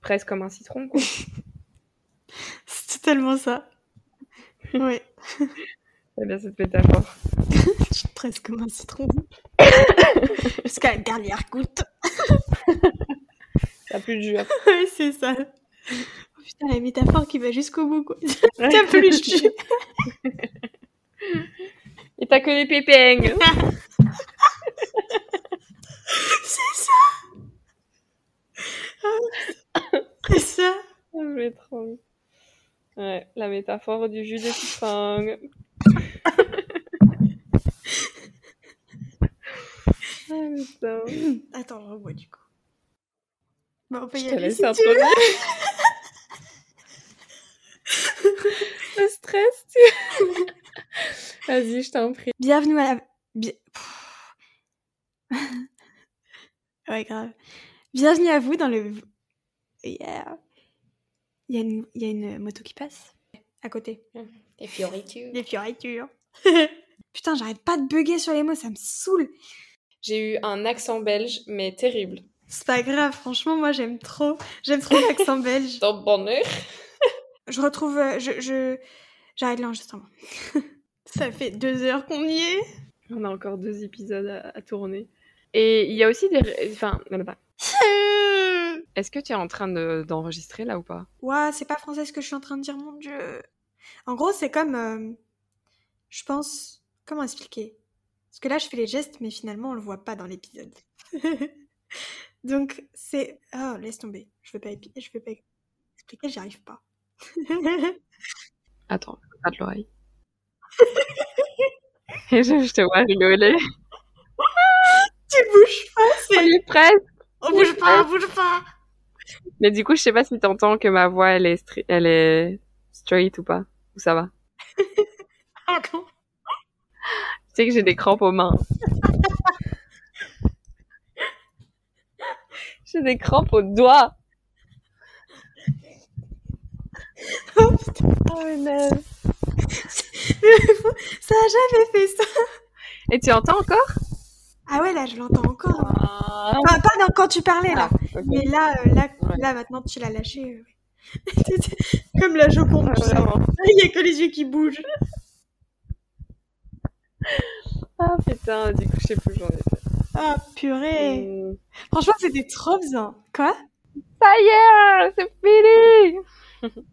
presse comme un citron, quoi. C'est tellement ça. Ouais. J'aime Eh bien cette métaphore. tu te presses comme un citron. Jusqu'à la dernière goutte. T'as plus de jus. après. Ouais, c'est ça. Oh, putain, la métaphore qui va jusqu'au bout, quoi. T'as plus de jus. Et t'as que les pépins. C'est ça. Ah, C'est ça. Ah, je vais trop envie. Ouais, la métaphore du jus de citron. ah, putain. Attends, je revois du coup. Bah, on peut y Je te aller laisse si tu veux. introduire. Le stress, tu Vas-y, je t'en prie. Bienvenue à la... Bi- Pfff. ouais, grave. Bienvenue à vous dans le... Yeah. Il y, a une- il y a une moto qui passe à côté. Des fioritures. Des fioritures. Putain, j'arrête pas de bugger sur les mots, ça me saoule. J'ai eu un accent belge, mais terrible. C'est pas grave, franchement, moi j'aime trop. J'aime trop l'accent belge. Dans bonheur. Je retrouve... euh, je, je... J'arrête l'enregistrement. ça fait deux heures qu'on y est. On a encore deux épisodes à, à tourner. Et il y a aussi des... Enfin, non, non, pas. Est-ce que tu es en train de- d'enregistrer là ou pas Ouah, c'est pas français ce que je suis en train de dire, mon dieu. En gros, c'est comme. euh, je pense. Comment expliquer Parce que là, je fais les gestes, mais finalement, on le voit pas dans l'épisode. Donc, c'est. Oh, laisse tomber. Je veux pas, épi- je veux pas expliquer, j'y arrive pas. Attends, regarde l'oreille. Et je, je te vois rigoler. tu bouges pas, On c'est. y est presque. On bouge pas, on bouge pas Mais du coup, je sais pas si t'entends que ma voix, elle est, stri- elle est straight ou pas. Ou ça va. Ah, con. Tu sais que j'ai des crampes aux mains. j'ai des crampes aux doigts. Oh, putain. Oh, non. Ça a jamais fait ça Et tu entends encore Ah ouais, là, je l'entends encore. Enfin, pas dans- quand tu parlais, là. Ah, Ok. Mais là, euh, là, Ouais. là, maintenant, tu l'as lâché. euh, ouais. T'étais Comme la Joconde, Ah, tu sais. vraiment. Il y a que les yeux qui bougent. Ah putain, du coup, je sais plus où j'en étais. Ah, purée. Mm. Franchement, c'était trop bien. Quoi Ça y est, c'est fini